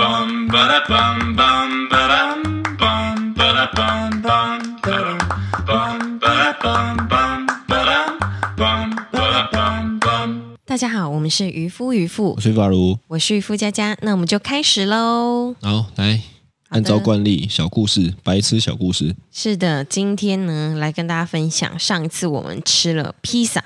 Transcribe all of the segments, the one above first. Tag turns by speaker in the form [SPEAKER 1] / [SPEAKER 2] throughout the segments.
[SPEAKER 1] bum ba da bum bum ba dum bum ba da bum bum ba dum bum ba da bum bum ba dum bum ba da bum bum.
[SPEAKER 2] 大家好，我们是渔夫渔妇
[SPEAKER 3] 我，是法如，
[SPEAKER 2] 我是渔夫佳佳，那我们就开始喽。
[SPEAKER 3] 好，来，
[SPEAKER 2] 好的
[SPEAKER 3] 按照惯例，小故事，白痴小故事。
[SPEAKER 2] 是的，今天呢，来跟大家分享上一次我们吃了披萨，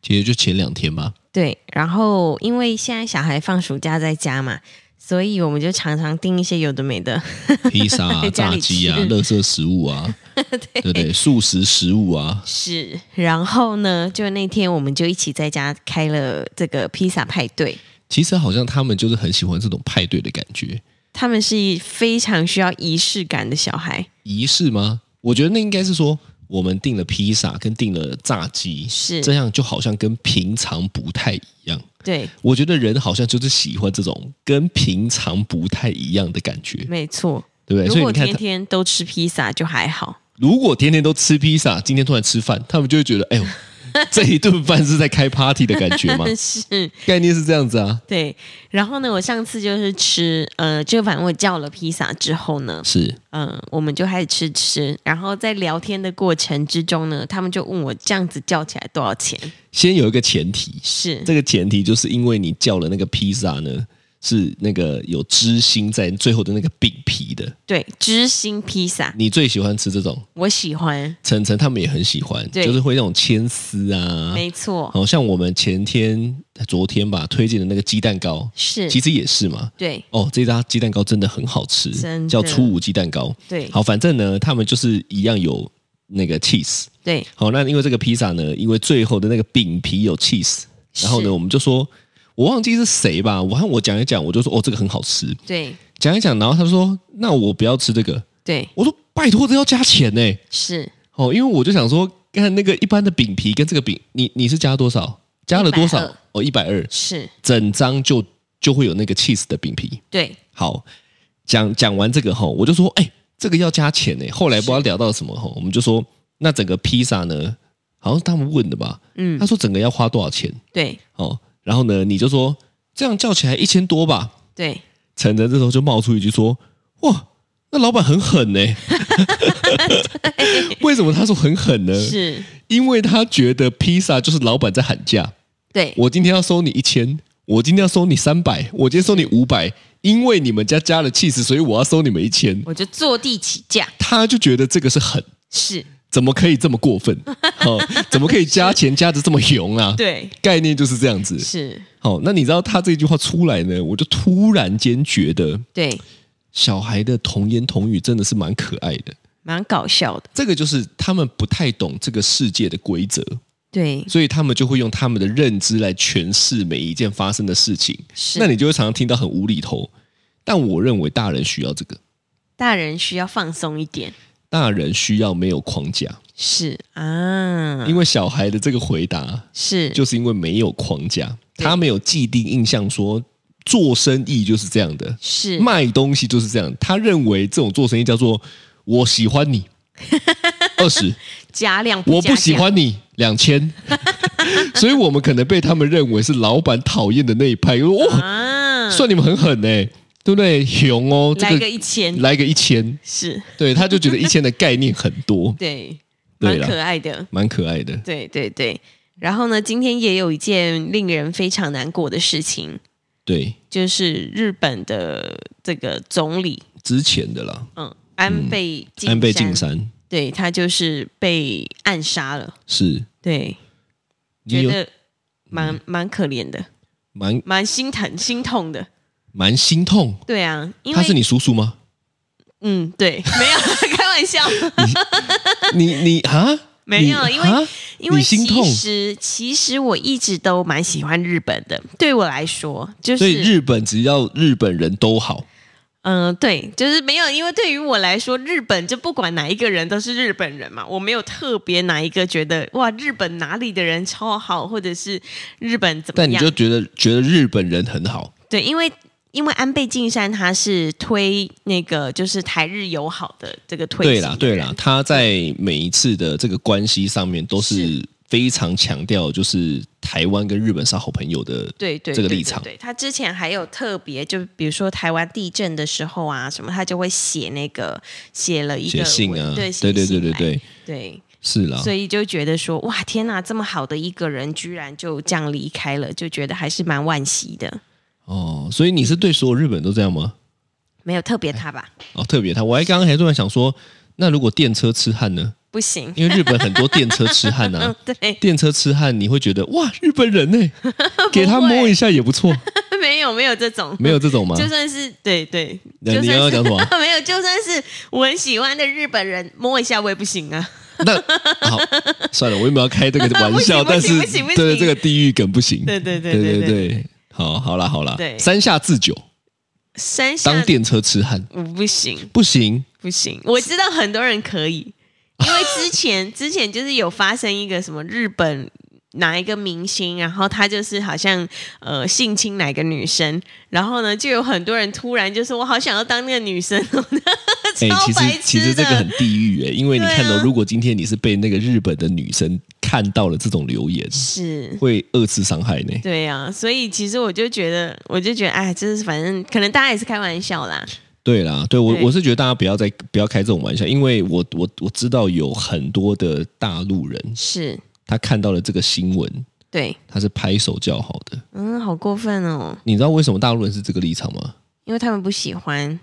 [SPEAKER 3] 其实就前两天吧，
[SPEAKER 2] 对，然后因为现在小孩放暑假在家嘛，所以我们就常常订一些有的没的，
[SPEAKER 3] 披萨啊、
[SPEAKER 2] 在家
[SPEAKER 3] 炸
[SPEAKER 2] 里
[SPEAKER 3] 鸡啊、
[SPEAKER 2] 吃
[SPEAKER 3] 垃圾食物 啊，对不对？素食食物啊，
[SPEAKER 2] 是。 然后呢，就那天我们就一起在家开了这个披萨派对，
[SPEAKER 3] 其实好像他们就是很喜欢这种派对的感觉，
[SPEAKER 2] 他们是非常需要仪式感的小孩，
[SPEAKER 3] 仪式吗？我觉得那应该是说，我们订了披萨跟订了炸鸡，
[SPEAKER 2] 是
[SPEAKER 3] 这样就好像跟平常不太一样。
[SPEAKER 2] 对，
[SPEAKER 3] 我觉得人好像就是喜欢这种跟平常不太一样的感觉，
[SPEAKER 2] 没错。
[SPEAKER 3] 对不对？
[SPEAKER 2] 如
[SPEAKER 3] 所以
[SPEAKER 2] 果
[SPEAKER 3] 你看
[SPEAKER 2] 天
[SPEAKER 3] 他，
[SPEAKER 2] 天都吃披萨就还好，
[SPEAKER 3] 如果天天都吃披萨，今天突然吃饭，他们就会觉得，哎呦， 这一顿饭是在开 party 的感觉吗？
[SPEAKER 2] 但是
[SPEAKER 3] 概念是这样子啊，
[SPEAKER 2] 对。然后呢，我上次就是吃，呃，就反正我叫了披萨之后呢，
[SPEAKER 3] 是
[SPEAKER 2] 嗯、我们就开始吃吃，然后在聊天的过程之中呢，他们就问我这样子叫起来多少钱？
[SPEAKER 3] 先有一个前提，
[SPEAKER 2] 是
[SPEAKER 3] 这个前提就是因为你叫了那个披萨呢，是那个有芝心在最后的那个饼皮的，
[SPEAKER 2] 对，知心披萨，
[SPEAKER 3] 你最喜欢吃这种，
[SPEAKER 2] 我喜欢，
[SPEAKER 3] 晨晨他们也很喜欢，
[SPEAKER 2] 对
[SPEAKER 3] 就是会那种牵丝啊，
[SPEAKER 2] 没错，
[SPEAKER 3] 好像我们前天、昨天吧推荐的那个鸡蛋糕，
[SPEAKER 2] 是，
[SPEAKER 3] 其实也是嘛。
[SPEAKER 2] 对
[SPEAKER 3] 哦，这家鸡蛋糕真的很好吃
[SPEAKER 2] 真的，
[SPEAKER 3] 叫初五鸡蛋糕。
[SPEAKER 2] 对
[SPEAKER 3] 好，反正呢，他们就是一样有那个 cheese。
[SPEAKER 2] 对，
[SPEAKER 3] 好，那因为这个披萨呢，因为最后的那个饼皮有 cheese，然后
[SPEAKER 2] 是
[SPEAKER 3] 呢，我们就说，我忘记是谁吧，我和我讲一讲，我就说哦，这个很好吃，
[SPEAKER 2] 对
[SPEAKER 3] 讲一讲，然后他说，那我不要吃这个，
[SPEAKER 2] 对
[SPEAKER 3] 我说拜托，这要加钱呢、
[SPEAKER 2] 是
[SPEAKER 3] 哦，因为我就想说，看那个一般的饼皮跟这个饼，你你是加多少？加了多少
[SPEAKER 2] 120？
[SPEAKER 3] 哦，一百二，
[SPEAKER 2] 是，
[SPEAKER 3] 整张就就会有那个 cheese 的饼皮。
[SPEAKER 2] 对
[SPEAKER 3] 好，讲讲完这个吼，我就说，哎、这个要加钱哎。后来不知道聊到什么吼，我们就说，那整个披萨呢，好像是他们问的吧？
[SPEAKER 2] 嗯
[SPEAKER 3] 他说整个要花多少钱？
[SPEAKER 2] 对
[SPEAKER 3] 哦，然后呢，你就说这样叫起来一千多吧。
[SPEAKER 2] 对，
[SPEAKER 3] 陈晨这时候就冒出一句说：“哇，那老板很 狠呢、 为什么他说很狠呢？
[SPEAKER 2] 是，
[SPEAKER 3] 因为他觉得披萨就是老板在喊价。
[SPEAKER 2] 对
[SPEAKER 3] 我今天要收你一千，我今天要收你三百，我今天收你五百，因为你们家加了 cheese，所以我要收你们一千。
[SPEAKER 2] 我就坐地起价，
[SPEAKER 3] 他就觉得这个是狠，
[SPEAKER 2] 是
[SPEAKER 3] 怎么可以这么过分？ 哦，怎么可以加钱加的这么勇啊？
[SPEAKER 2] 对
[SPEAKER 3] 概念就是这样子。
[SPEAKER 2] 是，
[SPEAKER 3] 好、那你知道他这句话出来呢，我就突然间觉得
[SPEAKER 2] 对，
[SPEAKER 3] 小孩的童言童语真的是蛮可爱的。
[SPEAKER 2] 蛮搞笑的，
[SPEAKER 3] 这个就是他们不太懂这个世界的规则，
[SPEAKER 2] 对
[SPEAKER 3] 所以他们就会用他们的认知来诠释每一件发生的事情。
[SPEAKER 2] 是。
[SPEAKER 3] 那你就会常常听到很无厘头。但我认为大人需要这个，
[SPEAKER 2] 大人需要放松一点，
[SPEAKER 3] 大人需要没有框架，
[SPEAKER 2] 是啊，
[SPEAKER 3] 因为小孩的这个回答
[SPEAKER 2] 是
[SPEAKER 3] 就是因为没有框架，
[SPEAKER 2] 对
[SPEAKER 3] 他没有既定印象说做生意就是这样的，
[SPEAKER 2] 是
[SPEAKER 3] 卖东西就是这样。他认为这种做生意叫做我喜欢 你。二十，
[SPEAKER 2] 加量
[SPEAKER 3] 我
[SPEAKER 2] 加
[SPEAKER 3] 不喜
[SPEAKER 2] 价，
[SPEAKER 3] 欢你，两 千，所以我们可能被他们认为是老板讨厌的那一派。哇，
[SPEAKER 2] 啊，
[SPEAKER 3] 算你们很狠呢、欸对不对？熊哦，这
[SPEAKER 2] 来个
[SPEAKER 3] 个
[SPEAKER 2] 一千，
[SPEAKER 3] 来个一千，
[SPEAKER 2] 是
[SPEAKER 3] 对，他就觉得一千的概念很多，
[SPEAKER 2] 对，蛮
[SPEAKER 3] 对啦
[SPEAKER 2] 可爱的，
[SPEAKER 3] 蛮可爱的。
[SPEAKER 2] 对对对。然后呢，今天也有一件令人非常难过的事情，
[SPEAKER 3] 对，
[SPEAKER 2] 就是日本的这个总理，
[SPEAKER 3] 之前的啦，
[SPEAKER 2] 嗯，安倍晋
[SPEAKER 3] 安倍
[SPEAKER 2] 三
[SPEAKER 3] 晋，三
[SPEAKER 2] 对他就是被暗杀了，
[SPEAKER 3] 是，
[SPEAKER 2] 对，
[SPEAKER 3] 你
[SPEAKER 2] 觉
[SPEAKER 3] 有
[SPEAKER 2] 得蛮蛮可怜的，
[SPEAKER 3] 蛮
[SPEAKER 2] 蛮心疼心痛的，
[SPEAKER 3] 蛮心痛。
[SPEAKER 2] 对啊，因为
[SPEAKER 3] 他是你叔 叔吗？
[SPEAKER 2] 嗯，对， 没有开玩笑，
[SPEAKER 3] 你你啊？
[SPEAKER 2] 没有
[SPEAKER 3] 你
[SPEAKER 2] 因为
[SPEAKER 3] 啊
[SPEAKER 2] 因为
[SPEAKER 3] 你心
[SPEAKER 2] 其
[SPEAKER 3] 痛
[SPEAKER 2] 实其实我一直都蛮喜欢日本的，对我来说就
[SPEAKER 3] 所
[SPEAKER 2] 是
[SPEAKER 3] 以日本只要日本人都好，
[SPEAKER 2] 嗯、对，就是没有，因为对于我来说，日本就不管哪一个人都是日本人嘛，我没有特别哪一个觉得哇，日本哪里的人超好，或者是日本怎么
[SPEAKER 3] 但你
[SPEAKER 2] 样
[SPEAKER 3] 就？觉得觉得日本人很好，
[SPEAKER 2] 对，因为。因为安倍晋三他是推那个就是台日友好的这个推
[SPEAKER 3] 对
[SPEAKER 2] 行
[SPEAKER 3] 啦
[SPEAKER 2] 的
[SPEAKER 3] 对
[SPEAKER 2] 人
[SPEAKER 3] 啦，他在每一次的这个关系上面都是非常强调就是台湾跟日本是好朋友的
[SPEAKER 2] 对对，
[SPEAKER 3] 这个
[SPEAKER 2] 对对
[SPEAKER 3] 立场
[SPEAKER 2] 对他之前还有特别，就比如说台湾地震的时候啊，什么他就会写那个写了一个
[SPEAKER 3] 写信啊
[SPEAKER 2] 文，对
[SPEAKER 3] 对
[SPEAKER 2] 写
[SPEAKER 3] 对对
[SPEAKER 2] 信
[SPEAKER 3] 对啊
[SPEAKER 2] 来
[SPEAKER 3] 对，
[SPEAKER 2] 对，
[SPEAKER 3] 是啦
[SPEAKER 2] 所，以就觉得说哇天哪，这么好的一个人居然就这样离开了，就觉得还是蛮惋惜的。
[SPEAKER 3] 哦，所以你是对所有日本都这样吗？
[SPEAKER 2] 没有特别他吧？
[SPEAKER 3] 哦，特别他，我还刚刚还突然想说，那如果电车痴汉呢？
[SPEAKER 2] 不行，
[SPEAKER 3] 因为日本很多电车痴汉啊，
[SPEAKER 2] 对，
[SPEAKER 3] 电车痴汉你会觉得哇，日本人呢、给他
[SPEAKER 2] 不会
[SPEAKER 3] 摸一下也不错，
[SPEAKER 2] 没有没有这种，
[SPEAKER 3] 没有这种吗？
[SPEAKER 2] 就算是对对，
[SPEAKER 3] 那
[SPEAKER 2] 就
[SPEAKER 3] 你
[SPEAKER 2] 算
[SPEAKER 3] 要
[SPEAKER 2] 是
[SPEAKER 3] 讲什么 啊
[SPEAKER 2] 没有，就算是我很喜欢的日本人摸一下我也不行啊。
[SPEAKER 3] 那好，算了，我也没有要开这个玩
[SPEAKER 2] 不行
[SPEAKER 3] 笑，
[SPEAKER 2] 不
[SPEAKER 3] 但
[SPEAKER 2] 行不
[SPEAKER 3] 是
[SPEAKER 2] 行不行
[SPEAKER 3] 对这个地域梗不行。
[SPEAKER 2] 对对对
[SPEAKER 3] 对
[SPEAKER 2] 对对
[SPEAKER 3] 对好，好啦好啦
[SPEAKER 2] 对，
[SPEAKER 3] 山下智久
[SPEAKER 2] 山下
[SPEAKER 3] 当电车痴汉
[SPEAKER 2] 我不行
[SPEAKER 3] 不行
[SPEAKER 2] 不行，我知道很多人可 以，因为之前之前就是有发生一个什么日本。哪一个明星，然后他就是好像呃性侵哪个女生，然后呢就有很多人突然就说：“我好想要当那个女生哦。
[SPEAKER 3] 哎、
[SPEAKER 2] 超
[SPEAKER 3] 其
[SPEAKER 2] 白
[SPEAKER 3] 实
[SPEAKER 2] 痴
[SPEAKER 3] 其实这个
[SPEAKER 2] 的
[SPEAKER 3] 很地狱哎、因为你
[SPEAKER 2] 对啊
[SPEAKER 3] 看到、如果今天你是被那个日本的女生看到了这种留言，”
[SPEAKER 2] 是，
[SPEAKER 3] 会二次伤害呢、
[SPEAKER 2] 对呀、所以其实我就觉得，我就觉得，哎，就是反正可能大家也是开玩笑啦。
[SPEAKER 3] 对啦，对我
[SPEAKER 2] 对
[SPEAKER 3] 我是觉得大家不要再不要开这种玩笑，因为我我我知道有很多的大陆人，
[SPEAKER 2] 是，
[SPEAKER 3] 他看到了这个新闻，
[SPEAKER 2] 对，
[SPEAKER 3] 他是拍手叫好的。
[SPEAKER 2] 嗯，好过分哦，
[SPEAKER 3] 你知道为什么大陆人是这个立场吗？
[SPEAKER 2] 因为他们不喜欢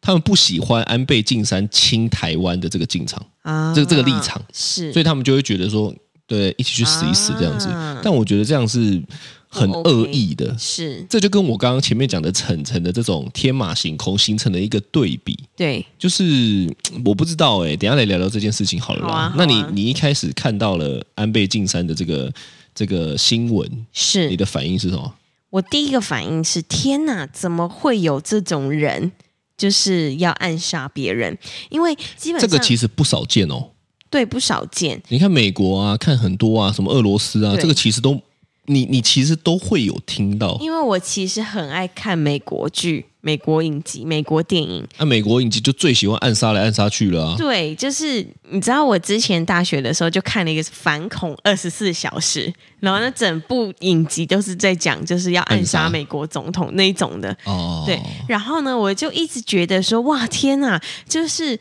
[SPEAKER 3] 他们不喜欢安倍晋三亲台湾的这个进场，
[SPEAKER 2] 啊，
[SPEAKER 3] 这个这个立场
[SPEAKER 2] 是，
[SPEAKER 3] 所以他们就会觉得说，对，一起去死一死这样子。
[SPEAKER 2] 啊
[SPEAKER 3] 但我觉得这样是很
[SPEAKER 2] 不 OK
[SPEAKER 3] 恶意的，
[SPEAKER 2] 是
[SPEAKER 3] 这就跟我刚刚前面讲的层层的这种天马行空形成了一个对比。
[SPEAKER 2] 对，
[SPEAKER 3] 就是嗯我不知道哎、等一下来聊聊这件事情好了啦。
[SPEAKER 2] 好啊好啊
[SPEAKER 3] 那你你一开始看到了安倍晋三的这个这个新闻，
[SPEAKER 2] 嗯
[SPEAKER 3] 你
[SPEAKER 2] 是
[SPEAKER 3] 的反应是什么？
[SPEAKER 2] 我第一个反应是，天哪，怎么会有这种人？就是要暗杀别人，因为基本
[SPEAKER 3] 这
[SPEAKER 2] 上
[SPEAKER 3] 个其实不少见哦。
[SPEAKER 2] 对不少见，
[SPEAKER 3] 你看美国啊，看很多啊，什么俄罗斯啊，
[SPEAKER 2] 对
[SPEAKER 3] 这个其实都你你其实都会有听到。
[SPEAKER 2] 因为我其实很爱看美国剧、美国影集、美国电影，
[SPEAKER 3] 那、美国影集就最喜欢暗杀来暗杀去了啊。
[SPEAKER 2] 对，就是你知道，我之前大学的时候就看了一个《反恐二十四小时》，然后那整部影集都是在讲就是要暗
[SPEAKER 3] 暗
[SPEAKER 2] 杀
[SPEAKER 3] 杀
[SPEAKER 2] 美国总统那一种的。
[SPEAKER 3] 哦，
[SPEAKER 2] 对，然后呢，我就一直觉得说，哇，天呐，就是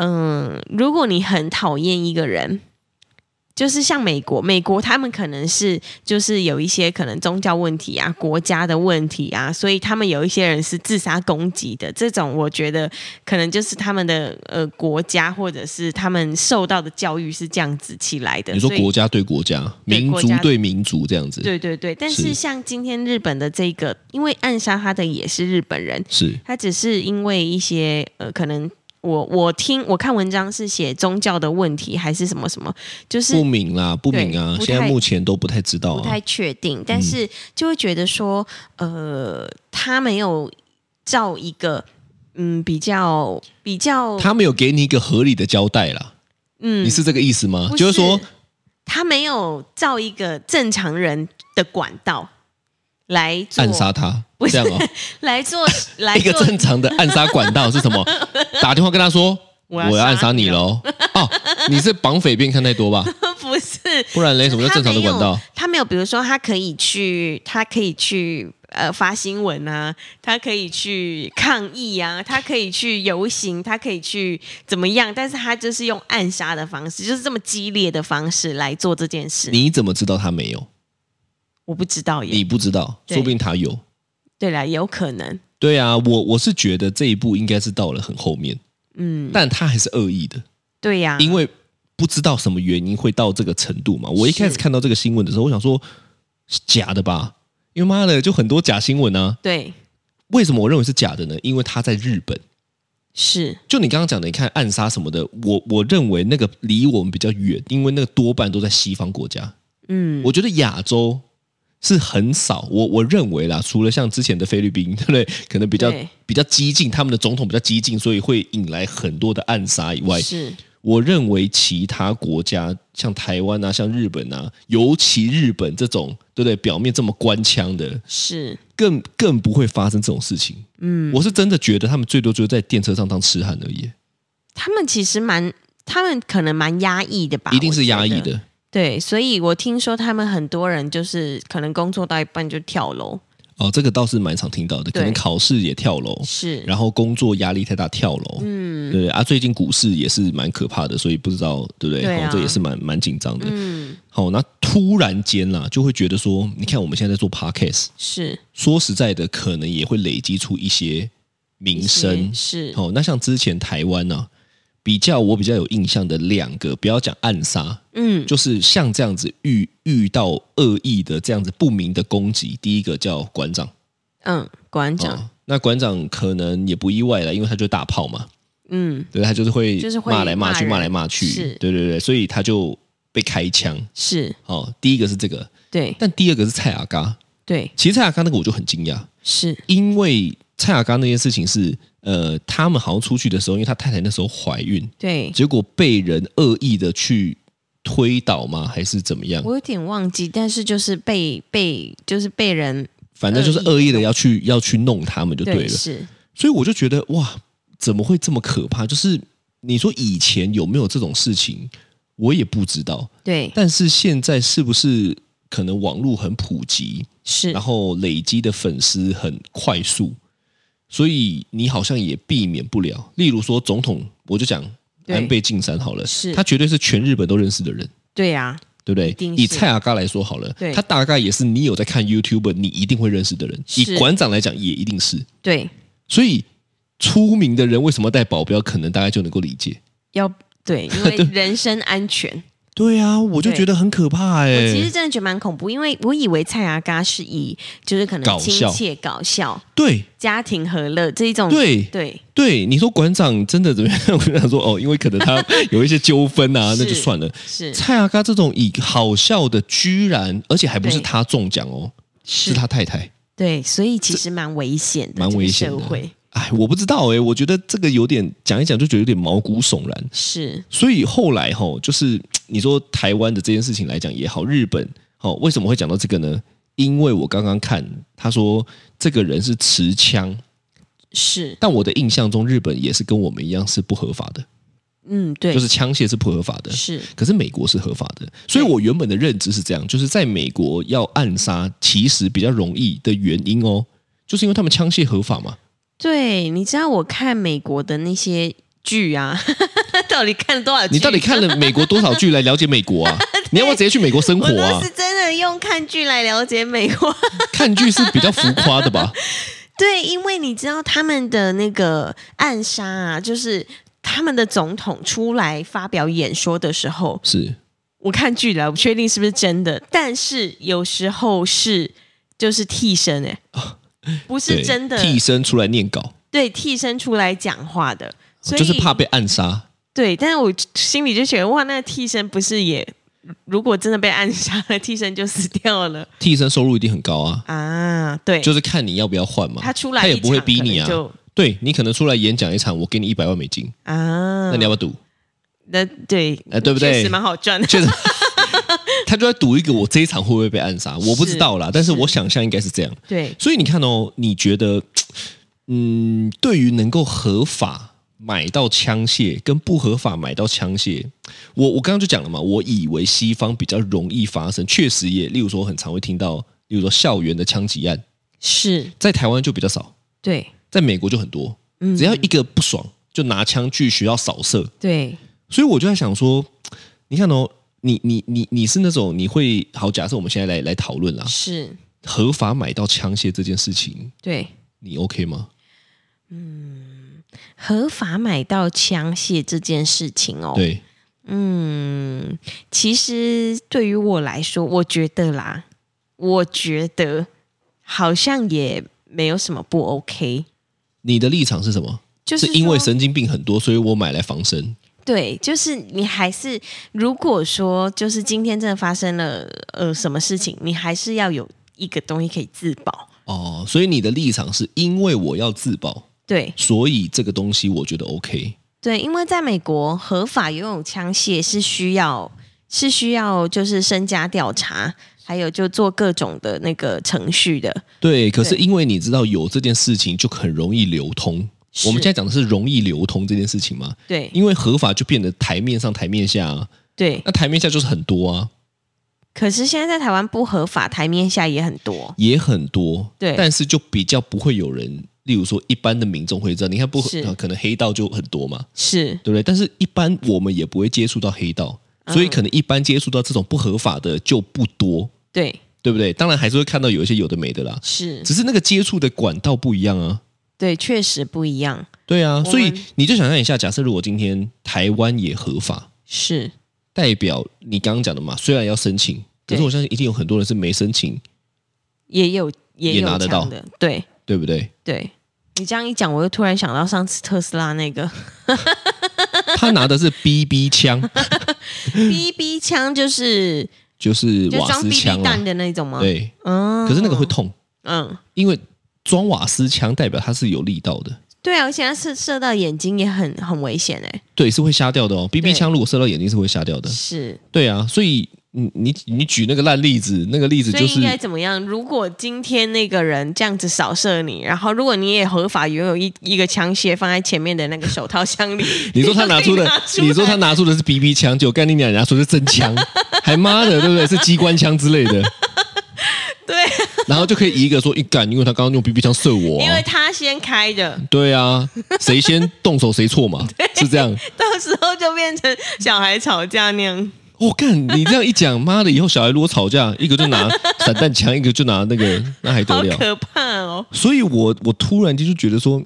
[SPEAKER 2] 嗯、如果你很讨厌一个人。就是像美国，美国他们可能是就是有一些可能宗教问题啊、国家的问题啊，所以他们有一些人是自杀攻击的。这种我觉得可能就是他们的呃国家或者是他们受到的教育是这样子起来的。
[SPEAKER 3] 你说
[SPEAKER 2] 所以
[SPEAKER 3] 国家对国家，
[SPEAKER 2] 对
[SPEAKER 3] 民
[SPEAKER 2] 国
[SPEAKER 3] 族
[SPEAKER 2] 家
[SPEAKER 3] 对民族这样子，
[SPEAKER 2] 对对对，但
[SPEAKER 3] 是
[SPEAKER 2] 是像今天日本的这个，因为暗杀他的也是日本人，
[SPEAKER 3] 是
[SPEAKER 2] 他只是因为一些呃，可能我我听我看文章是写宗教的问题还是什么什么，就是
[SPEAKER 3] 不明啦，不明啊
[SPEAKER 2] 对，不太
[SPEAKER 3] 现在目前都不太知道
[SPEAKER 2] 不
[SPEAKER 3] 啊
[SPEAKER 2] 太。确定，但是就会觉得说，呃，他没有照一个嗯比较比较，
[SPEAKER 3] 他没有给你一个合理的交代啦。
[SPEAKER 2] 嗯
[SPEAKER 3] 你是这个意思吗？
[SPEAKER 2] 不
[SPEAKER 3] 就是说
[SPEAKER 2] 是，他没有照一个正常人的管道来做
[SPEAKER 3] 暗杀他，
[SPEAKER 2] 不是
[SPEAKER 3] 这样 哦。
[SPEAKER 2] 来 做来
[SPEAKER 3] 一个
[SPEAKER 2] 做
[SPEAKER 3] 正常的暗杀管道是什 么？打电话跟他说，
[SPEAKER 2] 我
[SPEAKER 3] 我
[SPEAKER 2] 要
[SPEAKER 3] 要暗杀 你喽。哦，你是绑匪片看太多吧？
[SPEAKER 2] 不是
[SPEAKER 3] 不然哎嘞，什么叫正常的管
[SPEAKER 2] 他没
[SPEAKER 3] 道？
[SPEAKER 2] 有，他没有，比如说他可以去，他可以去呃发新闻啊，他可以去抗议啊，他可以去游行，他可以去怎么样？但是他就是用暗杀的方式，就是这么激烈的方式来做这件事。
[SPEAKER 3] 你怎么知道他没有？
[SPEAKER 2] 我不知道耶
[SPEAKER 3] 你，不知道，
[SPEAKER 2] 对
[SPEAKER 3] 说不定他有。
[SPEAKER 2] 对啦，有可能，
[SPEAKER 3] 对啊，我我是觉得这一步应该是到了很后面，
[SPEAKER 2] 嗯，
[SPEAKER 3] 但他还是恶意的，
[SPEAKER 2] 对呀、
[SPEAKER 3] 因为不知道什么原因会到这个程度嘛。我一开始
[SPEAKER 2] 是
[SPEAKER 3] 看到这个新闻的时候，我想说是假的吧，因为妈的就很多假新闻啊。
[SPEAKER 2] 对
[SPEAKER 3] 为什么我认为是假的呢？因为他在日本。
[SPEAKER 2] 是
[SPEAKER 3] 就你刚刚讲的，你看暗杀什么的，我我认为那个离我们比较远，因为那个多半都在西方国家。
[SPEAKER 2] 嗯
[SPEAKER 3] 我觉得亚洲是很少，我我认为啦，除了像之前的菲律宾，对不对？可能比较
[SPEAKER 2] 对
[SPEAKER 3] 比较激进，他们的总统比较激进，所以会引来很多的暗杀以外，
[SPEAKER 2] 是
[SPEAKER 3] 我认为其他国家像台湾啊、像日本啊，尤其日本这种，对不对？表面这么官腔的，
[SPEAKER 2] 是
[SPEAKER 3] 更更不会发生这种事情。嗯，我是真的觉得他们最多就是在电车上当痴汉而已。
[SPEAKER 2] 他们其实蛮，他们可能蛮压抑的吧，
[SPEAKER 3] 一定是
[SPEAKER 2] 我觉得
[SPEAKER 3] 压抑的，
[SPEAKER 2] 对，所以我听说他们很多人就是可能工作到一半就跳楼，
[SPEAKER 3] 哦，这个倒是蛮常听到的，可
[SPEAKER 2] 对
[SPEAKER 3] 能考试也跳楼，
[SPEAKER 2] 是，
[SPEAKER 3] 然后工作压力太大跳楼，嗯，对啊，最近股市也是蛮可怕的，所以不知道对不对？
[SPEAKER 2] 对啊
[SPEAKER 3] 哦这也是蛮蛮紧张的。
[SPEAKER 2] 嗯，
[SPEAKER 3] 好，那突然间啦，就会觉得说，你看我们现在在做 podcast，
[SPEAKER 2] 是
[SPEAKER 3] 说实在的，可能也会累积出一些名声
[SPEAKER 2] 是。是，
[SPEAKER 3] 好、那像之前台湾呢、啊，比较我比较有印象的两个，不要讲暗杀，
[SPEAKER 2] 嗯，
[SPEAKER 3] 就是像这样子遇遇到恶意的这样子不明的攻击，第一个叫馆长。
[SPEAKER 2] 嗯，馆长，
[SPEAKER 3] 哦、那馆长可能也不意外了，因为他就大炮嘛，
[SPEAKER 2] 嗯，
[SPEAKER 3] 对他就是会
[SPEAKER 2] 就是会
[SPEAKER 3] 骂来骂
[SPEAKER 2] 骂
[SPEAKER 3] 去，
[SPEAKER 2] 人
[SPEAKER 3] 骂来骂去
[SPEAKER 2] 是，
[SPEAKER 3] 对对对，所以他就被开枪。
[SPEAKER 2] 是
[SPEAKER 3] 哦，第一个是这个，
[SPEAKER 2] 对
[SPEAKER 3] 但第二个是蔡阿嘎。
[SPEAKER 2] 对
[SPEAKER 3] 其实蔡阿嘎那个我就很惊讶，
[SPEAKER 2] 是，
[SPEAKER 3] 因为蔡阿嘎那件事情是，呃，他们好像出去的时候，因为他太太那时候怀孕，
[SPEAKER 2] 对
[SPEAKER 3] 结果被人恶意的去推倒吗？还是怎么样？
[SPEAKER 2] 我有点忘记，但是就是被被就是被人
[SPEAKER 3] 反正就是恶意的要去要去弄他们就对了。
[SPEAKER 2] 是，
[SPEAKER 3] 所以我就觉得哇，怎么会这么可怕？就是你说以前有没有这种事情，我也不知道。
[SPEAKER 2] 对
[SPEAKER 3] 但是现在是不是可能网络很普及，
[SPEAKER 2] 是
[SPEAKER 3] 然，后累积的粉丝很快速，所以你好像也避免不了。例如说总统，我就讲
[SPEAKER 2] 对
[SPEAKER 3] 安倍晋三好了，
[SPEAKER 2] 是
[SPEAKER 3] 他绝对是全日本都认识的人。
[SPEAKER 2] 对啊，
[SPEAKER 3] 对不对
[SPEAKER 2] 一定？是
[SPEAKER 3] 以蔡阿嘎来说好了
[SPEAKER 2] 对，
[SPEAKER 3] 他大概也是你有在看 YouTube，你一定会认识的人。
[SPEAKER 2] 是
[SPEAKER 3] 以馆长来讲，也一定是。
[SPEAKER 2] 对
[SPEAKER 3] 所以出名的人为什么带保镖，可能大家就能够理解。
[SPEAKER 2] 要对，因 为人身安全。
[SPEAKER 3] 对啊，我就觉得很可怕哎、
[SPEAKER 2] 我其实真的觉得蛮恐怖，因为我以为蔡阿嘎是以就是可
[SPEAKER 3] 搞
[SPEAKER 2] 能亲
[SPEAKER 3] 笑
[SPEAKER 2] 切、搞笑、
[SPEAKER 3] 对
[SPEAKER 2] 家庭和乐这一种
[SPEAKER 3] 对
[SPEAKER 2] 对
[SPEAKER 3] 对，你说馆长真的怎么样？ 我就想说哦，因为可能 他有一些纠纷啊，
[SPEAKER 2] 是
[SPEAKER 3] 那就算了。
[SPEAKER 2] 是
[SPEAKER 3] 蔡阿嘎这种以好笑的，居然而且还不是
[SPEAKER 2] 对
[SPEAKER 3] 他中奖哦，是他太太，
[SPEAKER 2] 对，所以其实蛮危险的，
[SPEAKER 3] 蛮
[SPEAKER 2] 这个
[SPEAKER 3] 危险
[SPEAKER 2] 社
[SPEAKER 3] 的
[SPEAKER 2] 会。
[SPEAKER 3] 哎，我不知道哎、我觉得这个有点讲一讲就觉得有点毛骨悚然。
[SPEAKER 2] 是
[SPEAKER 3] 所以后来吼、就是你说台湾的这件事情来讲也好，日本哦，为什么会讲到这个呢？因为我刚刚看他说这个人是持枪，
[SPEAKER 2] 是，
[SPEAKER 3] 但我的印象中日本也是跟我们一样是不合法的，
[SPEAKER 2] 嗯，对，
[SPEAKER 3] 就是枪械是不合法的。
[SPEAKER 2] 是
[SPEAKER 3] 可是美国是合法的，所以我原本的认知是这样，就是在美国要暗杀其实比较容易的原因哦，就是因为他们枪械合法嘛。
[SPEAKER 2] 对，你知道我看美国的那些剧啊， 到底看了多少剧？
[SPEAKER 3] 你到底看了美国多少剧来了解美国 啊？你要不要直接去美国生活
[SPEAKER 2] 我
[SPEAKER 3] 啊
[SPEAKER 2] 都是？真的用看剧来了解美国。
[SPEAKER 3] 看剧是比较浮夸的吧？
[SPEAKER 2] 对，因为你知道他们的那个暗杀啊，就是他们的总统出来发表演说的时候，
[SPEAKER 3] 是。
[SPEAKER 2] 我看剧了，我不确定是不是真的，但是有时候是就是替身哎、不是
[SPEAKER 3] 哦对
[SPEAKER 2] 真的
[SPEAKER 3] 替身出来念稿，
[SPEAKER 2] 对替身出来讲话的，所以
[SPEAKER 3] 就是怕被暗杀。
[SPEAKER 2] 对，但是我心里就觉得哇，那替身不是也如果真的被暗杀了，替身就死掉了
[SPEAKER 3] 替身收入一定很高 啊，
[SPEAKER 2] 啊？对，
[SPEAKER 3] 就是看你要不要换嘛。
[SPEAKER 2] 他出来
[SPEAKER 3] 他
[SPEAKER 2] 一
[SPEAKER 3] 也不会
[SPEAKER 2] 场
[SPEAKER 3] 逼
[SPEAKER 2] 可能
[SPEAKER 3] 你啊。
[SPEAKER 2] 就
[SPEAKER 3] 对你可能出来演讲一场，我给你一百万美金，
[SPEAKER 2] 啊，
[SPEAKER 3] 那你要不要赌？
[SPEAKER 2] 那对，
[SPEAKER 3] 哎对不对
[SPEAKER 2] 确实蛮好 赚的，
[SPEAKER 3] 确实，他就在赌一个我这一场会不会被暗杀，我不知道啦。但是我想象应该是这样。
[SPEAKER 2] 对，
[SPEAKER 3] 所以你看哦，你觉得，嗯，对于能够合法买到枪械跟不合法买到枪械，我我刚刚就讲了嘛，我以为西方比较容易发生，确实也，例如说很常会听到，例如说校园的枪击案，
[SPEAKER 2] 是，
[SPEAKER 3] 在台湾就比较少，
[SPEAKER 2] 对，
[SPEAKER 3] 在美国就很多，
[SPEAKER 2] 嗯
[SPEAKER 3] 只要一个不爽就拿枪去学校扫射，
[SPEAKER 2] 对，
[SPEAKER 3] 所以我就在想说，你看哦。你你你你是那种你会好？假设我们现在来来讨论啦，
[SPEAKER 2] 是，
[SPEAKER 3] 合法买到枪械这件事情，
[SPEAKER 2] 对，
[SPEAKER 3] 你 OK 吗？
[SPEAKER 2] 合法买到枪械这件事情哦，
[SPEAKER 3] 对，
[SPEAKER 2] 嗯，其实对于我来说，我觉得啦，我觉得好像也没有什么不 OK，
[SPEAKER 3] 你的立场是什么？
[SPEAKER 2] 就是
[SPEAKER 3] 因为
[SPEAKER 2] 说
[SPEAKER 3] 神经病很多，所以我买来防身。
[SPEAKER 2] 对，就是你还是如果说就是今天真的发生了呃什么事情，你还是要有一个东西可以自保。
[SPEAKER 3] 哦，所以你的立场是因为我要自保，
[SPEAKER 2] 对
[SPEAKER 3] 所以这个东西我觉得 OK。
[SPEAKER 2] 对，因为在美国合法拥有枪械是需要是需要就是身家调查，还有就做各种的那个程序的。
[SPEAKER 3] 对，可是
[SPEAKER 2] 对
[SPEAKER 3] 因为你知道有这件事情，就很容易流通。我们现在讲的是容易流通这件事情嘛，
[SPEAKER 2] 对
[SPEAKER 3] 因为合法就变得台面上台面下、啊，
[SPEAKER 2] 对
[SPEAKER 3] 那台面下就是很多啊，
[SPEAKER 2] 可是现在在台湾不合法，台面下也很多。
[SPEAKER 3] 也很多，
[SPEAKER 2] 对
[SPEAKER 3] 但是就比较不会有人，例如说一般的民众会知道，你看不
[SPEAKER 2] 是
[SPEAKER 3] 呃可能黑道就很多嘛，
[SPEAKER 2] 是，
[SPEAKER 3] 对不对？但是一般我们也不会接触到黑道，
[SPEAKER 2] 嗯
[SPEAKER 3] 所以可能一般接触到这种不合法的就不多，
[SPEAKER 2] 对，
[SPEAKER 3] 对不对？当然还是会看到有一些有的没的啦，
[SPEAKER 2] 是，
[SPEAKER 3] 只是那个接触的管道不一样啊。
[SPEAKER 2] 对，确实不一样。
[SPEAKER 3] 对啊，
[SPEAKER 2] 们
[SPEAKER 3] 所以你就想象一下，假设如果今天台湾也合法，
[SPEAKER 2] 是，
[SPEAKER 3] 代表你刚刚讲的嘛，虽然要申请，可是
[SPEAKER 2] 对
[SPEAKER 3] 我相信一定有很多人是没申请，
[SPEAKER 2] 也有也
[SPEAKER 3] 也
[SPEAKER 2] 有
[SPEAKER 3] 拿得
[SPEAKER 2] 强
[SPEAKER 3] 到
[SPEAKER 2] 的，对
[SPEAKER 3] 对不对？
[SPEAKER 2] 对。你这样一讲，我又突然想到上次特斯拉那 个
[SPEAKER 3] 他拿的是 BB 枪，
[SPEAKER 2] BB 枪，就是
[SPEAKER 3] 就是
[SPEAKER 2] 就
[SPEAKER 3] 瓦
[SPEAKER 2] 装
[SPEAKER 3] 斯枪
[SPEAKER 2] BB
[SPEAKER 3] 啦
[SPEAKER 2] 弹，的那种吗？，
[SPEAKER 3] 对，
[SPEAKER 2] 嗯，
[SPEAKER 3] 可是那个会痛，
[SPEAKER 2] 嗯，
[SPEAKER 3] 因为装瓦斯枪代表它是有力道的，
[SPEAKER 2] 对啊，而且它射射到眼睛也很很危险哎、
[SPEAKER 3] 对，是会瞎掉的哦。BB
[SPEAKER 2] 对
[SPEAKER 3] 枪如果射到眼睛是会瞎掉的，
[SPEAKER 2] 是，
[SPEAKER 3] 对啊，所以你你你举那个烂例子，那个例子
[SPEAKER 2] 所
[SPEAKER 3] 就
[SPEAKER 2] 以
[SPEAKER 3] 是，
[SPEAKER 2] 应该怎么样？如果今天那个人这样子扫射你，然后如果你也合法拥有一一个枪械放在前面的那个手套箱里
[SPEAKER 3] 你说 他拿出的
[SPEAKER 2] 就可以拿，出来
[SPEAKER 3] 你说他拿出的是 BB 枪，就干你娘，人家说是真枪，还妈的，对不对？是机关枪之类的，
[SPEAKER 2] 对，
[SPEAKER 3] 然后就可以以一个说一哎干，因为他刚刚用 BB 枪射我、
[SPEAKER 2] 因为
[SPEAKER 3] 啊，
[SPEAKER 2] 他先开的，
[SPEAKER 3] 对啊，谁先动手谁 错嘛，是这样。
[SPEAKER 2] 到时候就变成小孩吵架那样。
[SPEAKER 3] 我、哦干，你这样一讲，妈的，以后小孩如果吵架，一个就拿散弹枪，一个就拿那个，那还得
[SPEAKER 2] 好
[SPEAKER 3] 了？
[SPEAKER 2] 可怕哦！
[SPEAKER 3] 所以我我突然间就觉得说，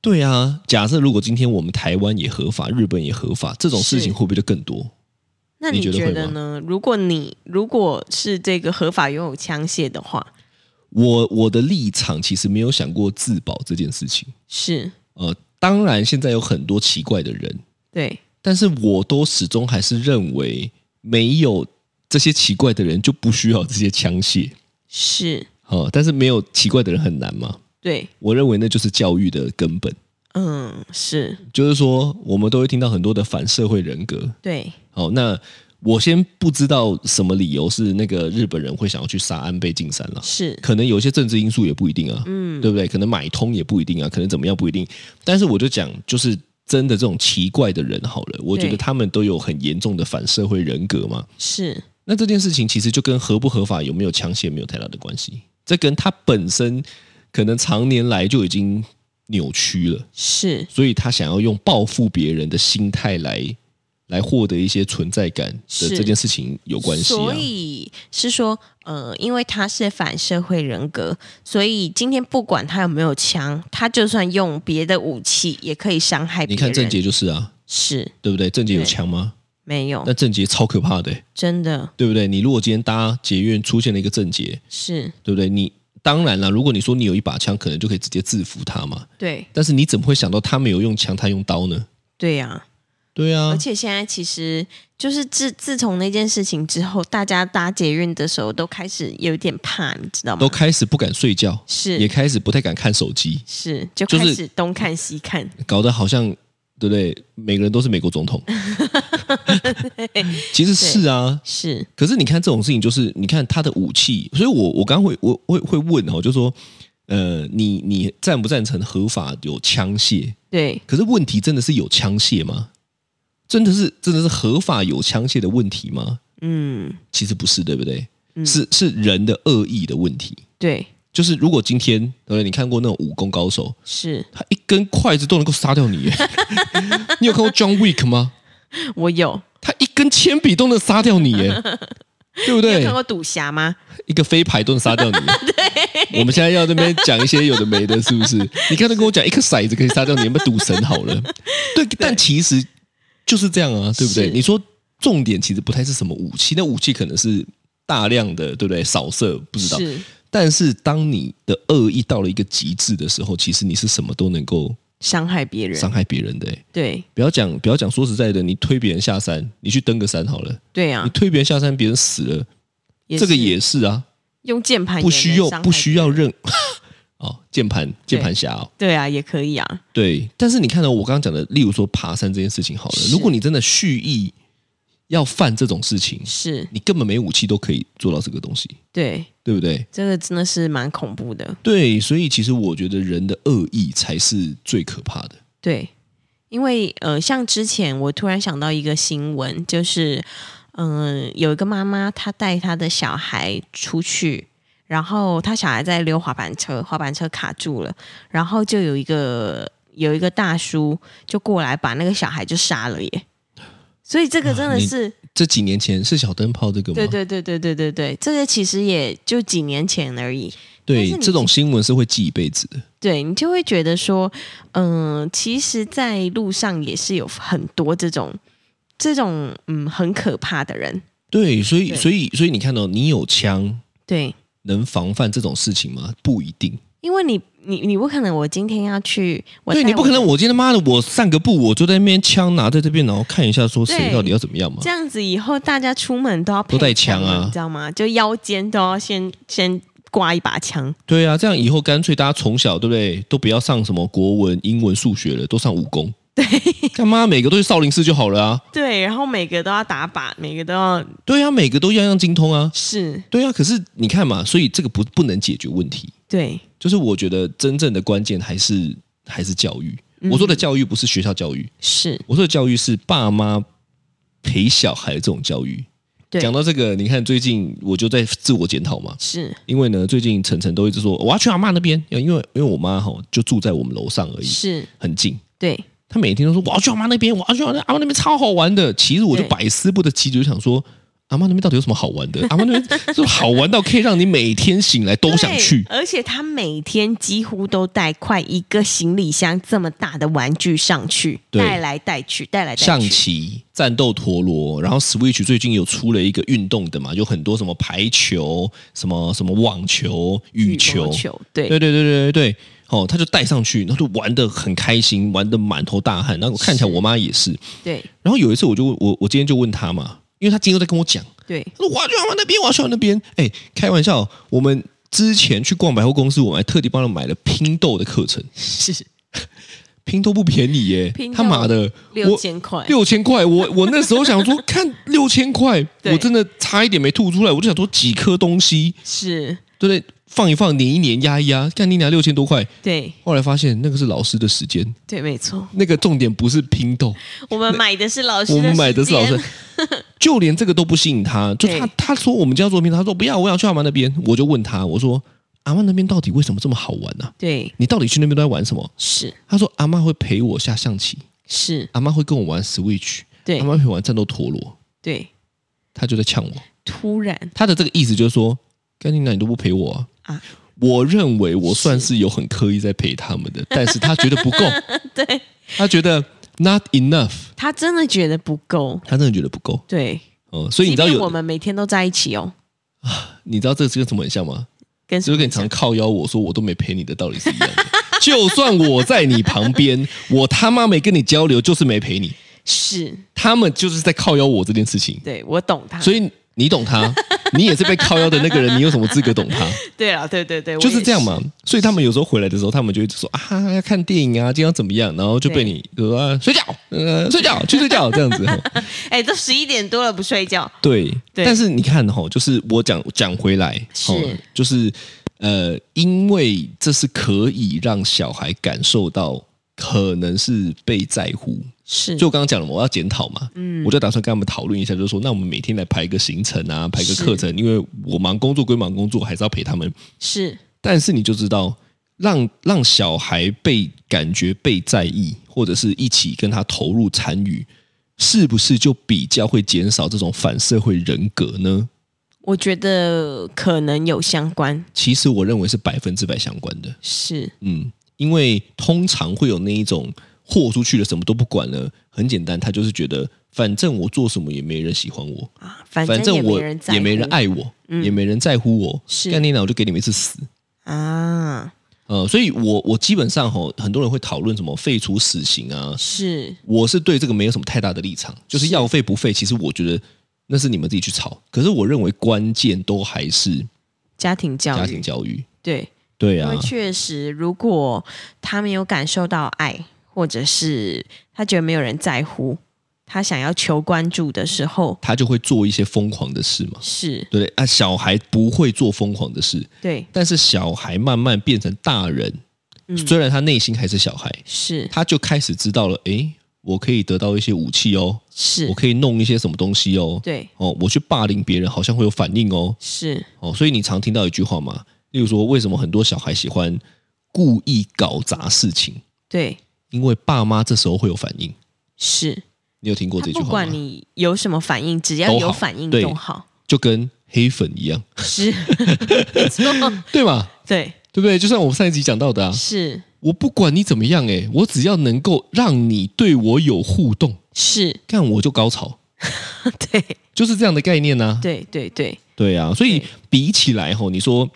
[SPEAKER 3] 对啊，假设如果今天我们台湾也合法，日本也合法，这种事情
[SPEAKER 2] 是
[SPEAKER 3] 会不会就更多？
[SPEAKER 2] 那
[SPEAKER 3] 你
[SPEAKER 2] 你
[SPEAKER 3] 觉得
[SPEAKER 2] 觉
[SPEAKER 3] 会
[SPEAKER 2] 得
[SPEAKER 3] 吗
[SPEAKER 2] 呢？如果你如果是这个合法拥有枪械的话，
[SPEAKER 3] 我我的立场其实没有想过自保这件事情。
[SPEAKER 2] 是
[SPEAKER 3] 呃，当然现在有很多奇怪的人，
[SPEAKER 2] 对
[SPEAKER 3] 但是我都始终还是认为，没有这些奇怪的人就不需要这些枪械。
[SPEAKER 2] 是，
[SPEAKER 3] 哦，但是没有奇怪的人很难嘛？
[SPEAKER 2] 对，
[SPEAKER 3] 我认为那就是教育的根本，
[SPEAKER 2] 嗯，是
[SPEAKER 3] 就是说我们都会听到很多的反社会人格。
[SPEAKER 2] 对，
[SPEAKER 3] 哦，那我先不知道什么理由是那个日本人会想要去杀安倍晋三了。
[SPEAKER 2] 是
[SPEAKER 3] 可能有一些政治因素也不一定啊，嗯，对不对？可能买通也不一定啊，可能怎么样不一定。但是我就讲，就是真的这种奇怪的人好了，我觉得
[SPEAKER 2] 对
[SPEAKER 3] 他们都有很严重的反社会人格嘛。
[SPEAKER 2] 是，
[SPEAKER 3] 那这件事情其实就跟合不合法、有没有枪械没有太大的关系，这跟他本身可能常年来就已经扭曲了，
[SPEAKER 2] 是
[SPEAKER 3] 所以他想要用报复别人的心态来来获得一些存在感的
[SPEAKER 2] 是
[SPEAKER 3] 这件事情有关系
[SPEAKER 2] 所
[SPEAKER 3] 啊。
[SPEAKER 2] 以是说，呃，因为他是反社会人格，所以今天不管他有没有枪，他就算用别的武器也可以伤害别
[SPEAKER 3] 你
[SPEAKER 2] 人。
[SPEAKER 3] 看郑杰就是啊，
[SPEAKER 2] 是
[SPEAKER 3] 对不对？郑杰有
[SPEAKER 2] 对
[SPEAKER 3] 枪吗？
[SPEAKER 2] 没有
[SPEAKER 3] 那，郑杰超可怕的欸、
[SPEAKER 2] 真的
[SPEAKER 3] 对不对？你如果今天搭捷运出现了一个郑杰，
[SPEAKER 2] 是
[SPEAKER 3] 对不对？你当然了，如果你说你有一把枪，可能就可以直接制服他嘛。
[SPEAKER 2] 对
[SPEAKER 3] 但是你怎么会想到他没有用枪，他用刀呢？
[SPEAKER 2] 对呀、
[SPEAKER 3] 对啊
[SPEAKER 2] 而，且现在其实就是自自从那件事情之后，大家搭捷运的时候都开始有点怕，你知道吗
[SPEAKER 3] 都？开始不敢睡觉，也
[SPEAKER 2] 是
[SPEAKER 3] 开始不太敢看手机，
[SPEAKER 2] 是，就
[SPEAKER 3] 就是
[SPEAKER 2] 开始东看西看，
[SPEAKER 3] 搞得好像对不对？每个人都是美国总统，其实是啊。
[SPEAKER 2] 是
[SPEAKER 3] 可是你看这种事情，就是你看他的武器，所以我我刚刚会我会会问哦，就说呃，你你赞不赞成合法有枪械？
[SPEAKER 2] 对
[SPEAKER 3] 可是问题真的是有枪械吗？真的是真的是合法有枪械的问题吗？
[SPEAKER 2] 嗯
[SPEAKER 3] 其实不是，对不对？是是人的恶意的问题。
[SPEAKER 2] 对
[SPEAKER 3] 就是如果今天，对不对？你看过那种武功高手，
[SPEAKER 2] 是
[SPEAKER 3] 他一根筷子都能够杀掉你耶。 你有看过 John Wick 吗？
[SPEAKER 2] 我有。
[SPEAKER 3] 他一根铅笔都能杀掉 你耶，对不
[SPEAKER 2] 你有
[SPEAKER 3] 对
[SPEAKER 2] 看？过赌侠吗？
[SPEAKER 3] 一个飞牌都能杀掉 你。对，我们现在要这边讲一些有的没的，是不是？你刚才跟我讲一颗骰子可以杀掉你，有没有赌神好 了？对，但其实就是这样啊，对不对？
[SPEAKER 2] 是
[SPEAKER 3] 你说重点其实不太是什么武器，那武器可能是大量的，对不对？扫射不知道，
[SPEAKER 2] 是
[SPEAKER 3] 但是当你的恶意到了一个极致的时候，其实你是什么都能够
[SPEAKER 2] 伤害别人，
[SPEAKER 3] 伤害别人的、欸。
[SPEAKER 2] 对
[SPEAKER 3] 不要讲，不要讲，说实在的，你推别人下山，你去登个山好了，
[SPEAKER 2] 对
[SPEAKER 3] 你
[SPEAKER 2] 啊，
[SPEAKER 3] 推别人下山，别人死了，
[SPEAKER 2] 也
[SPEAKER 3] 这个
[SPEAKER 2] 是
[SPEAKER 3] 也是啊，
[SPEAKER 2] 用键盘也
[SPEAKER 3] 不需
[SPEAKER 2] 能
[SPEAKER 3] 要
[SPEAKER 2] 伤害
[SPEAKER 3] 不
[SPEAKER 2] 别
[SPEAKER 3] 需
[SPEAKER 2] 人，
[SPEAKER 3] 要任 哦，键盘键盘侠哦，
[SPEAKER 2] 对啊，也可以啊，
[SPEAKER 3] 对。但是你看到我刚刚讲的，例如说爬山这件事情好了，
[SPEAKER 2] 是
[SPEAKER 3] 如果你真的蓄意要犯这种事情，
[SPEAKER 2] 是
[SPEAKER 3] 你根本没武器都可以做到这个东西，
[SPEAKER 2] 对，
[SPEAKER 3] 对不对？
[SPEAKER 2] 这个真的是蛮恐怖的，
[SPEAKER 3] 对，所以其实我觉得人的恶意才是最可怕的。
[SPEAKER 2] 对，因为呃，像之前我突然想到一个新闻，就是嗯，有一个妈妈，她带她的小孩出去，然后她小孩在溜滑板车，滑板车卡住了，然后就有一个有一个大叔就过来把那个小孩就杀了耶。所以这个真的
[SPEAKER 3] 啊你
[SPEAKER 2] 是，
[SPEAKER 3] 这几年前是小灯泡这个吗？
[SPEAKER 2] 对对对对对对对，这个其实也就几年前而已。但
[SPEAKER 3] 对
[SPEAKER 2] 是你
[SPEAKER 3] 这种新闻是会记一辈子的。
[SPEAKER 2] 对你就会觉得说，嗯、其实，在路上也是有很多这种这种嗯很可怕的人，
[SPEAKER 3] 对，所以
[SPEAKER 2] 对
[SPEAKER 3] 所以所以你看到、哦你有枪
[SPEAKER 2] 对，
[SPEAKER 3] 能防范这种事情吗？不一定。
[SPEAKER 2] 因为你你你不可能，我今天要去，我
[SPEAKER 3] 对
[SPEAKER 2] 带
[SPEAKER 3] 你不可
[SPEAKER 2] 的
[SPEAKER 3] 能，我今天妈的，我散个步，我就在那边枪拿在这边，然后看一下说谁
[SPEAKER 2] 对
[SPEAKER 3] 到底要怎么样嘛
[SPEAKER 2] 这。样子，以后大家出门都要配
[SPEAKER 3] 都带枪啊
[SPEAKER 2] 你知道吗？就腰间都要先先挂一把枪，
[SPEAKER 3] 对啊，这样以后干脆大家从小对不对，都不要上什么国文、英文、数学了，都上武功。对，干嘛每个都是少林寺就好了啊？
[SPEAKER 2] 对，然后每个都要打靶，每个都要
[SPEAKER 3] 对啊，每个都样样精通啊。
[SPEAKER 2] 是，
[SPEAKER 3] 对啊，可是你看嘛，所以这个不不能解决问题，
[SPEAKER 2] 对，
[SPEAKER 3] 就是我觉得真正的关键还是还是教育。
[SPEAKER 2] 嗯
[SPEAKER 3] 我说的教育不是学校教育，
[SPEAKER 2] 是
[SPEAKER 3] 我说的教育是爸妈陪小孩这种教育。
[SPEAKER 2] 对
[SPEAKER 3] 讲到这个，你看最近我就在自我检讨嘛，
[SPEAKER 2] 是
[SPEAKER 3] 因为呢，最近晨晨都一直说我要去阿妈那边，因为因为我妈哈就住在我们楼上而已，
[SPEAKER 2] 是，
[SPEAKER 3] 很近。
[SPEAKER 2] 对
[SPEAKER 3] 她每天都说我要去阿妈那边，我要去阿妈阿妈那边超好玩的。其实我就
[SPEAKER 2] 对
[SPEAKER 3] 百思不得其解，就想说阿妈那边到底有什么好玩的？阿妈那边就好玩到可以让你每天醒来都想
[SPEAKER 2] 对
[SPEAKER 3] 去。
[SPEAKER 2] 而且他每天几乎都带快一个行李箱这么大的玩具上去，
[SPEAKER 3] 对
[SPEAKER 2] 带来带去，带来带去，
[SPEAKER 3] 象棋、战斗陀螺，然后 Switch 最近有出了一个运动的嘛，有很多什么排球、什么什么网球、羽
[SPEAKER 2] 羽
[SPEAKER 3] 球
[SPEAKER 2] 毛，球，对
[SPEAKER 3] 对对对对对对，哦，他就带上去，然后就玩的很开心，玩的满头大汗。然后我看起来我妈也是。
[SPEAKER 2] 对
[SPEAKER 3] 然后有一次我就问我我今天就问他嘛，因为他今天都在跟我讲，
[SPEAKER 2] 对，
[SPEAKER 3] 他说我啊要去玩那边，我要去玩那边。哎，开玩笑，我们之前去逛百货公司，我们还特地帮他买了拼豆的课程，
[SPEAKER 2] 是
[SPEAKER 3] 拼豆不便宜耶
[SPEAKER 2] 拼，豆
[SPEAKER 3] 他妈的，
[SPEAKER 2] 六
[SPEAKER 3] 我
[SPEAKER 2] 千块，
[SPEAKER 3] 六千块，我我那时 候想说，看六千块，
[SPEAKER 2] 对
[SPEAKER 3] 我真的差一点没吐出来，我就想说几颗东西，
[SPEAKER 2] 是
[SPEAKER 3] 对不对？放一放，碾一碾，压一压，看你拿六千多块。
[SPEAKER 2] 对
[SPEAKER 3] 后来发现那个是老师的时间，
[SPEAKER 2] 对，没错，
[SPEAKER 3] 那个重点不是拼豆，
[SPEAKER 2] 我们买的是老师，
[SPEAKER 3] 我们买的是老师，，就连这个都不吸引他。就他
[SPEAKER 2] 对
[SPEAKER 3] 他说我们就要做拼豆，他说不要，我想去阿妈那边。我就问他，我说阿妈那边到底为什么这么好玩呢、
[SPEAKER 2] 对，
[SPEAKER 3] 你到底去那边都在玩什么？
[SPEAKER 2] 是
[SPEAKER 3] 他说阿妈会陪我下象棋，
[SPEAKER 2] 是，
[SPEAKER 3] 阿妈会跟我玩 Switch，
[SPEAKER 2] 对
[SPEAKER 3] 阿妈会玩战斗陀螺。
[SPEAKER 2] 对，
[SPEAKER 3] 他就在呛我，
[SPEAKER 2] 突然
[SPEAKER 3] 他的这个意思就是说，甘宁娜你都不陪我啊。
[SPEAKER 2] 啊
[SPEAKER 3] 我认为我算是有很刻意在陪他们的，但是他觉得不 够，
[SPEAKER 2] 对
[SPEAKER 3] 他觉得 not enough，
[SPEAKER 2] 他真的觉得不够，
[SPEAKER 3] 他真的觉得不够。
[SPEAKER 2] 对，
[SPEAKER 3] 哦，所以你知道
[SPEAKER 2] 即便我
[SPEAKER 3] 有，
[SPEAKER 2] 们每天都在一起哦，
[SPEAKER 3] 你知道这个跟什么很 像吗？
[SPEAKER 2] 跟
[SPEAKER 3] 就是跟你常靠腰我说我都没陪你的道理是一样的。 就算我在你 旁边，我他妈没跟你交流，就是没陪你。
[SPEAKER 2] 是，
[SPEAKER 3] 他们就是在靠腰我这件事情，
[SPEAKER 2] 对我懂他，
[SPEAKER 3] 所以你懂他，你也是被靠腰的那个人，你有什么资格懂他？
[SPEAKER 2] 对了，对对对，我
[SPEAKER 3] 就是
[SPEAKER 2] 也
[SPEAKER 3] 这样嘛。所以他们有时候回来的时候，他们就一直说啊要看电影啊，今天要怎么样，然后就被
[SPEAKER 2] 对
[SPEAKER 3] 你就说、啊、睡觉，呃，睡觉去睡觉这样子。吼
[SPEAKER 2] 是，哎，都十一点多了不睡觉，
[SPEAKER 3] 对，
[SPEAKER 2] 对
[SPEAKER 3] 但是你看哈、就是我讲讲回来，
[SPEAKER 2] 是
[SPEAKER 3] 吼就是呃，因为这是可以让小孩感受到可能是被在乎。
[SPEAKER 2] 是，
[SPEAKER 3] 就我刚刚讲了嘛，我要检讨嘛，嗯，我就打算跟他们讨论一下，就是说，那我们每天来排一个行程啊，排一个
[SPEAKER 2] 是
[SPEAKER 3] 课程，因为我忙工作归忙工作，还是要陪他们。
[SPEAKER 2] 是
[SPEAKER 3] 但是你就知道，让让小孩被感觉被在意，或者是一起跟他投入参与，是不是就比较会减少这种反社会人格呢？
[SPEAKER 2] 我觉得可能有相关，
[SPEAKER 3] 其实我认为是百分之百相关的，
[SPEAKER 2] 是
[SPEAKER 3] 嗯，因为通常会有那一种豁出去了，什么都不管了，很简单，他就是觉得反正我做什么也没人喜欢我，
[SPEAKER 2] 啊，反
[SPEAKER 3] 反正
[SPEAKER 2] 也
[SPEAKER 3] 我
[SPEAKER 2] 没人在乎，嗯
[SPEAKER 3] 也没人爱我，也没人在乎我，
[SPEAKER 2] 是
[SPEAKER 3] 干你娘我就给你们一次死，
[SPEAKER 2] 啊，
[SPEAKER 3] 呃，所以我我基本上吼，很多人会讨论什么废除死刑啊，
[SPEAKER 2] 是
[SPEAKER 3] 我是对这个没有什么太大的立场，就是要废不废，其实我觉得那是你们自己去吵。可是我认为关键都还是
[SPEAKER 2] 家庭教
[SPEAKER 3] 家
[SPEAKER 2] 育
[SPEAKER 3] 庭，教育，
[SPEAKER 2] 对，
[SPEAKER 3] 对
[SPEAKER 2] 因
[SPEAKER 3] 啊
[SPEAKER 2] 为，确实，如果他没有感受到爱，或者是他觉得没有人在乎，他想要求关注的时候，
[SPEAKER 3] 他就会做一些疯狂的事嘛，
[SPEAKER 2] 是
[SPEAKER 3] 对不对啊，小孩不会做疯狂的事，
[SPEAKER 2] 对，嗯
[SPEAKER 3] 但是小孩慢慢变成大人，虽然他内心还是小孩，
[SPEAKER 2] 是
[SPEAKER 3] 他就开始知道了，诶，我可以得到一些武器哦，
[SPEAKER 2] 是
[SPEAKER 3] 我，可以弄一些什么东西哦，
[SPEAKER 2] 对，
[SPEAKER 3] 哦，我去霸凌别人好像会有反应哦，
[SPEAKER 2] 是，
[SPEAKER 3] 哦，所以你常听到一句话嘛，例如说，为什么很多小孩喜欢故意搞砸事情？
[SPEAKER 2] 对，
[SPEAKER 3] 因为爸妈这时候会有反应。
[SPEAKER 2] 是。
[SPEAKER 3] 你有听过
[SPEAKER 2] 他
[SPEAKER 3] 这句
[SPEAKER 2] 不
[SPEAKER 3] 话
[SPEAKER 2] 管
[SPEAKER 3] 吗？
[SPEAKER 2] 你有什么反应，只要
[SPEAKER 3] 都
[SPEAKER 2] 有
[SPEAKER 3] 好
[SPEAKER 2] 反应
[SPEAKER 3] 对
[SPEAKER 2] 都好，
[SPEAKER 3] 就跟黑粉一样，
[SPEAKER 2] 是，没错，
[SPEAKER 3] 对吧？
[SPEAKER 2] 对，
[SPEAKER 3] 对不对？就像我们上一集讲到的啊，
[SPEAKER 2] 是
[SPEAKER 3] 我不管你怎么样、欸，我只要能够让你对我有互动，
[SPEAKER 2] 是，
[SPEAKER 3] 看我就高潮，
[SPEAKER 2] 对
[SPEAKER 3] 就是这样的概念呢、啊。
[SPEAKER 2] 对对对，
[SPEAKER 3] 对啊，所以
[SPEAKER 2] 对
[SPEAKER 3] 比起来吼，你说，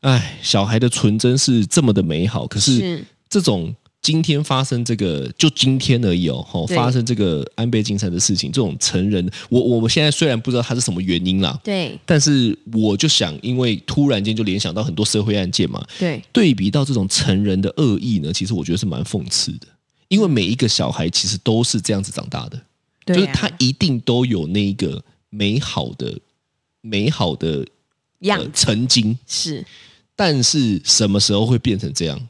[SPEAKER 3] 哎，小孩的纯真是这么的美好，可是
[SPEAKER 2] 是
[SPEAKER 3] 这种今天发生这个，就今天而已哦，吼、
[SPEAKER 2] 对
[SPEAKER 3] 发生这个安倍晋三的事情，这种成人，我我们现在虽然不知道他是什么原因啦，
[SPEAKER 2] 对
[SPEAKER 3] 但是我就想，因为突然间就联想到很多社会案件嘛，
[SPEAKER 2] 对
[SPEAKER 3] 对比到这种成人的恶意呢，其实我觉得是蛮讽刺的，因为每一个小孩其实都是这样子长大的，
[SPEAKER 2] 对啊，
[SPEAKER 3] 就是他一定都有那个美好的、美好的、
[SPEAKER 2] 样
[SPEAKER 3] 呃、
[SPEAKER 2] 子
[SPEAKER 3] 曾经，
[SPEAKER 2] 是
[SPEAKER 3] 但是什么时候会变成这样？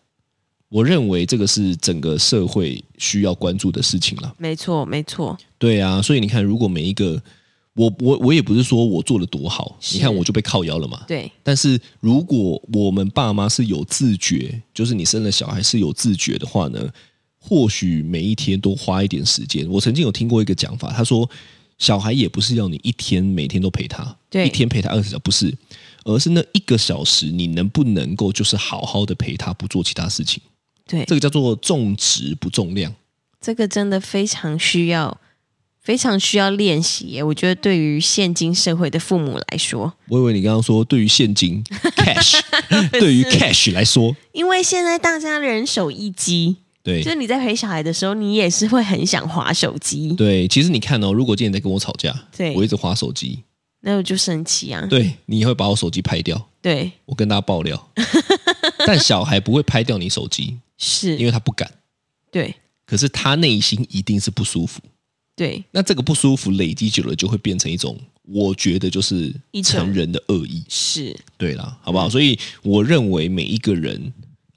[SPEAKER 3] 我认为这个是整个社会需要关注的事情了。
[SPEAKER 2] 没错没错，
[SPEAKER 3] 对啊，所以你看，如果每一个我我我也不是说我做的多好，
[SPEAKER 2] 是
[SPEAKER 3] 你看我就被靠腰了嘛。
[SPEAKER 2] 对
[SPEAKER 3] 但是如果我们爸妈是有自觉，就是你生了小孩是有自觉的话呢，或许每一天多花一点时间。我曾经有听过一个讲法，他说小孩也不是要你一天每天都陪他，
[SPEAKER 2] 对
[SPEAKER 3] 一天陪他二十小时，不是，而是那一个小时你能不能够就是好好的陪他，不做其他事情，
[SPEAKER 2] 对，
[SPEAKER 3] 这个叫做重质不重量。
[SPEAKER 2] 这个真的非常需要，非常需要练习耶。我觉得对于现今社会的父母来说，
[SPEAKER 3] 我以为你刚刚说对于 现金 cash，对于 cash 来说，
[SPEAKER 2] 因为现在大家人手一机，
[SPEAKER 3] 对
[SPEAKER 2] 就是你在陪小孩的时候，你也是会很想划手机，
[SPEAKER 3] 对，其实你看哦，如果今天你在跟我吵架，
[SPEAKER 2] 对
[SPEAKER 3] 我一直划手机，
[SPEAKER 2] 那我就生气啊。
[SPEAKER 3] 对，你会把我手机拍掉。
[SPEAKER 2] 对，
[SPEAKER 3] 我跟大家 爆料，但小孩不会拍掉你手机，因
[SPEAKER 2] 是，
[SPEAKER 3] 为他不敢。
[SPEAKER 2] 对
[SPEAKER 3] 可是他内心一定是不舒服。
[SPEAKER 2] 对
[SPEAKER 3] 那这个不舒服累积久了，就会变成一种，我觉得就是
[SPEAKER 2] 一种
[SPEAKER 3] 成人的恶意。
[SPEAKER 2] 是，
[SPEAKER 3] 对啦，好不嗯好？所以我认为每一个人，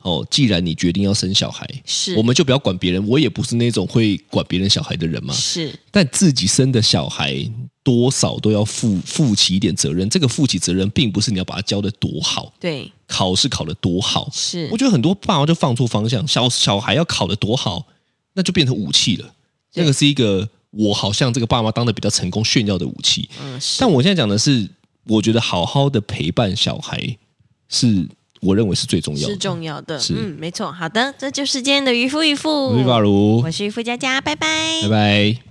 [SPEAKER 3] 哦，既然你决定要生小孩，
[SPEAKER 2] 是
[SPEAKER 3] 我们就不要管别人。我也不是那种会管别人小孩的人嘛，
[SPEAKER 2] 是
[SPEAKER 3] 但自己生的小孩多少都要负负起一点责任。这个负起责任，并不是你要把他教的多好，
[SPEAKER 2] 对
[SPEAKER 3] 考试考得多好。
[SPEAKER 2] 是
[SPEAKER 3] 我，觉得很多爸妈就放错方向，小小孩要考得多好，那就变成武器了。
[SPEAKER 2] 对
[SPEAKER 3] 那个是一个我好像这个爸妈当的比较成功炫耀的武器。
[SPEAKER 2] 嗯是
[SPEAKER 3] 但我现在讲的是，我觉得好好的陪伴小孩是我认为是最重要的。
[SPEAKER 2] 是重要的，
[SPEAKER 3] 是
[SPEAKER 2] 嗯没错。好的，这就是今天的渔夫渔妇，
[SPEAKER 3] 我是法如
[SPEAKER 2] 我，是渔夫佳佳，拜拜
[SPEAKER 3] 拜拜。